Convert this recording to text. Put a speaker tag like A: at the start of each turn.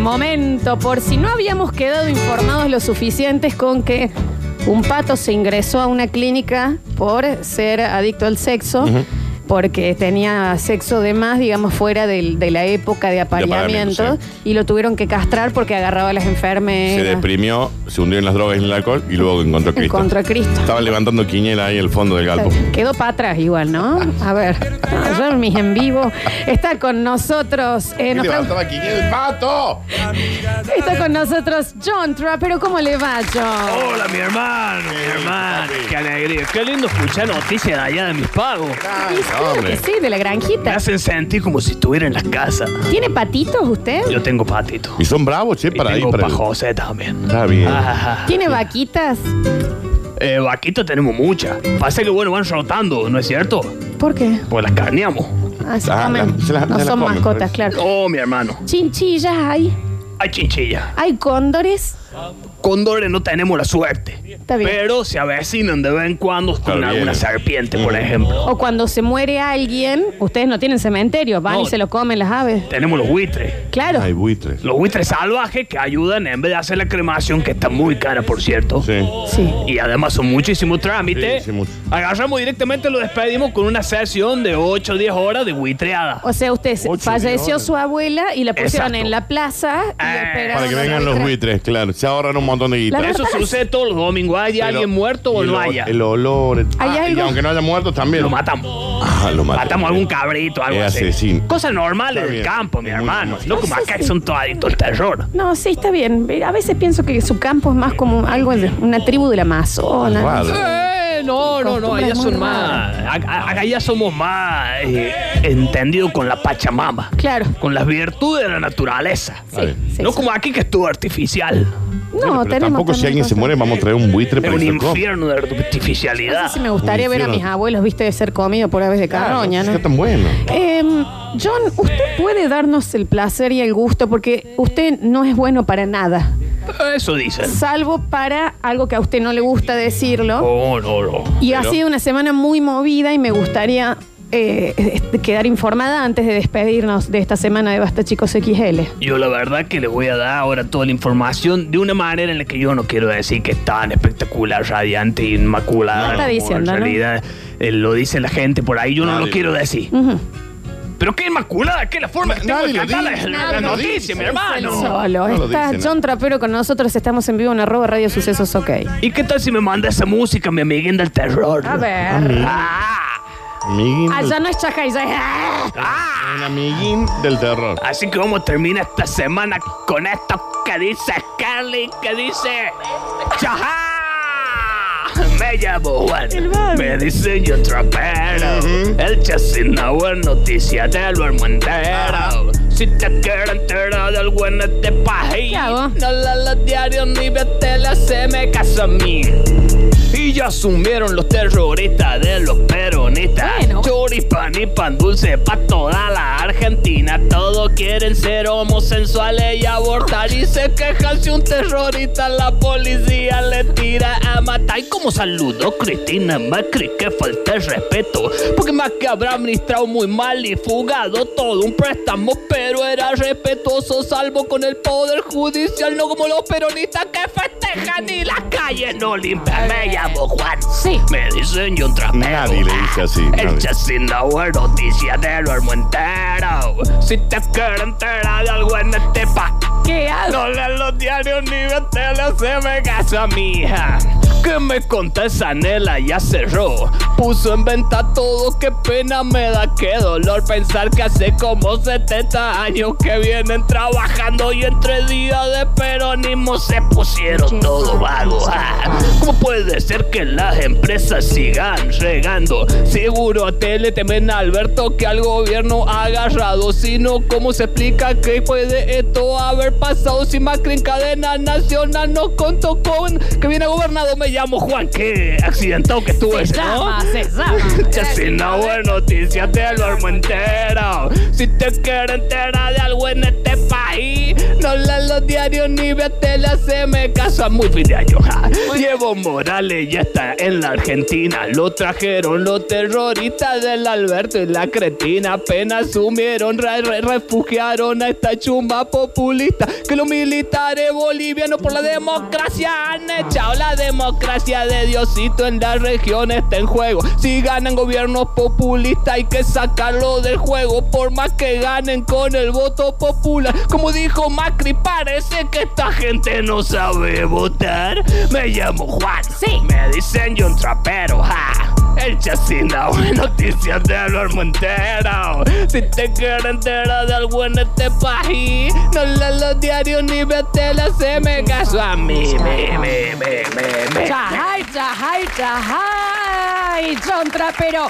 A: momento, por si no habíamos quedado informados lo suficientes con que un pato se ingresó a una clínica por ser adicto al sexo, porque tenía sexo de más, digamos, fuera del- de la época de apareamiento,
B: apareamiento,
A: y lo tuvieron que castrar porque agarraba a las
B: Se
A: enfermeras.
B: deprimió, se hundió en las drogas y en el alcohol y luego encontró a Cristo.
A: Encontró a Cristo.
B: Estaban levantando quiniela ahí en el fondo del galpo.
A: Quedó para atrás igual, ¿no? A ver, no, yo en mis en vivo. Está con nosotros. eh,
B: ¿Quién
A: nos pregun-
B: levantaba quiniela? ¡El pato!
A: Está con nosotros John Trapp, pero ¿cómo le va, John?
C: Hola, mi hermano, mi hermano.
B: papi.
C: Qué alegría. Qué lindo escuchar noticias de allá de mis pagos.
A: Y claro que
B: hombre.
A: sí, de la
C: Me
A: granjita.
C: hacen sentir como si estuviera en la casa.
A: ¿Tiene patitos usted?
C: Yo tengo patito.
B: Y son bravos, che,
C: Y
B: para ahí.
C: tengo Ah.
B: Para
C: pa' José también.
B: Está bien.
C: Ajá.
A: ¿Tiene vaquitas?
C: Eh, vaquito tenemos muchas. Pasa que, bueno, van rotando, ¿no es cierto?
A: ¿Por qué?
C: Pues las carneamos.
A: Ah, se
B: Ah,
A: comen.
B: la- se la-
A: no
B: se la
A: son
B: comen, pues.
A: mascotas,
B: parece.
A: claro.
C: Oh, mi hermano.
A: Chinchillas hay,
C: Hay chinchilla.
A: hay cóndores.
C: Condores no tenemos la suerte.
A: Está bien.
C: Pero se avecinan de vez en cuando con
B: Claro,
C: alguna
B: bien.
C: serpiente, por
B: Mm.
C: ejemplo.
A: O cuando se muere alguien, ustedes no tienen cementerio, van
C: No.
A: y se lo comen las aves.
C: Tenemos los buitres.
A: Claro.
B: Hay buitres.
C: Los buitres salvajes que ayudan en vez de hacer la cremación, que está muy cara, por cierto.
B: Sí.
A: Sí.
C: Y además son muchísimos trámites.
B: Sí, sí, mucho.
C: Agarramos directamente, lo despedimos con una sesión de 8 o 10 horas de buitreada.
A: O sea, usted se-
B: Ocho
A: falleció
B: millones.
A: su abuela y la pusieron
C: Exacto.
A: en la plaza y
C: Ah.
A: esperaron
B: Para que
A: a
B: vengan
A: la
B: los
A: otra.
B: buitres, claro. Se ahorran un montón de guita.
A: La
C: Eso
A: verdad-
C: sucede todos los domingos. Hay
B: Pero-
C: alguien muerto o
B: y
C: no
B: el-
C: haya.
B: El olor. el-
A: ¿Hay
B: Ah, Y
A: algo?
B: aunque no haya muerto también.
C: Lo matamos.
B: Ah, lo matamos.
C: Matamos a algún cabrito, algo
B: Es
C: así.
B: asesino.
C: Cosas normales
B: Está
C: del
B: bien.
C: campo, mi
B: Es muy
C: hermano.
B: normal.
C: No como
A: No sé
C: acá que
A: si-
C: son todos adictos al terror.
A: No, sí, está bien. A veces pienso que su campo es más como algo de una tribu de la Amazona. no
B: Raro.
A: sé.
C: Eh, no, no, no, allá son más. a- a- Allá somos más eh, entendidos con la Pachamama.
A: Claro.
C: Con las virtudes de la naturaleza.
A: Sí,
B: A ver.
A: sí,
C: no
A: sí.
C: como aquí que es todo artificial.
A: No,
B: Bueno, pero
A: tenemos
B: tampoco si
A: también
B: alguien se
A: cosas.
B: muere vamos a traer un buitre
C: Es
B: para
C: un
B: que se coma.
C: infierno de
A: No sé
C: artificialidad.
A: si me gustaría ver a mis
B: Infierno.
A: abuelos, viste, de ser comido por aves de carroña,
B: Está
A: ¿no?
B: tan bueno.
A: Em, John, ¿usted puede darnos el placer y el gusto? Porque usted no es bueno para nada,
C: Eso dicen.
A: salvo para algo que a usted no le gusta decirlo.
C: Oh, no, no.
A: Y ha
B: Pero-
A: sido una semana muy movida y me gustaría eh, este, quedar informada antes de despedirnos de esta semana de Basta Chicos XL.
C: Yo la verdad que les voy a dar ahora toda la información de una manera en la que yo no quiero decir que es tan espectacular, radiante, inmaculada.
A: No está
C: como
A: diciendo, ¿no?
C: En realidad eh, lo dice la gente por ahí, yo no
B: Nadie
C: lo quiero
B: lo-
C: decir.
A: Ujú.
C: Pero qué inmaculada, qué la forma que tengo
B: Nadie
C: de
B: lo
C: cantar
B: dice,
C: la, la
B: nadie lo dice.
C: noticia, mi
B: Es
A: El
C: hermano.
A: solo.
B: No lo
A: Está
B: dicen, ¿no?
A: John Trapero con nosotros. Estamos en vivo en arroba Radio Sucesos OK.
C: ¿Y qué tal si me manda esa música, mi amiguín del terror?
A: A ver.
C: Ah,
B: Amiguín del-
A: Allá no es Chaca y ya es- ¡Ah!
C: ah.
B: Un amiguín del terror.
C: Así que vamos a terminar esta semana con esto que dice Carly, que dice... ¡Chajá! Me llamo Juan, me dice yo trapero El chasina buena noticia de lo entero Si te quiero enterar de algo en este país
A: ¿Qué hago?
C: No la los diarios ni ve tele, se me casa a mí y ya asumieron los terroristas de los peronistas.
A: Bueno.
C: Choripan y pan dulce pa' toda la Argentina. Todos quieren ser homosensuales y abortar. Y se quejan si un terrorista la policía le tira a matar. Y como saludó Cristina Macri, que falta el respeto. Porque más que habrá administrado muy mal y fugado todo un préstamo. Pero era respetuoso, salvo con el Poder Judicial. No como los peronistas que festejan y las calles no limpian. Me llamo Juan.
A: Sí.
C: Me dicen yo un trapero.
B: Nadie le dice así, nadie.
C: El chasino es noticia de lo armo entero. Si te quieres enterar de algo en este pa...
A: ¿Qué hago?
C: No lees los diarios ni ves tele, se me casa mi hija. Que me contesta Nela ya cerró. Puso en venta todo, qué pena me da, qué dolor pensar que hace como 70 años que vienen trabajando y entre días de peronismo se pusieron todos vagos. ah. ¿Cómo puede ser que las empresas sigan regando? Seguro tele temen a Alberto que al gobierno ha agarrado, sino cómo se explica que puede esto haber pasado si Macri en cadena nacional nos contó con que viene gobernado me llamo Juan. Qué accidentado que estuve.
A: Se
C: ¿no?
A: llama, se llama.
C: Ya si no hubo noticias te lo armo entero. Si te quieres enterar de algo en este país, no leas los diarios ni vete la me casa muy fin de año. ja. Llevo Morales ya está en la Argentina. Lo trajeron los terroristas del Alberto y la cretina. Apenas sumieron, re- re- refugiaron a esta chumba populista. Que los militares bolivianos por la democracia han echado. La democracia de Diosito en la región está en juego. Si ganan gobiernos populistas hay que sacarlo del juego. Por más que ganen con el voto popular. Como dijo Macri, parece que esta gente no sabe votar. Me llamo Juan.
A: Sí.
C: Me dicen yo un trapero, ja. El chasina, noticias del ormo entero. Si te quieres enterar de algo en este país, no leas los diarios ni vete la se me caso a mí. Me, me, me, me, me.
A: Chajay, chajay, chajay. John Trapero.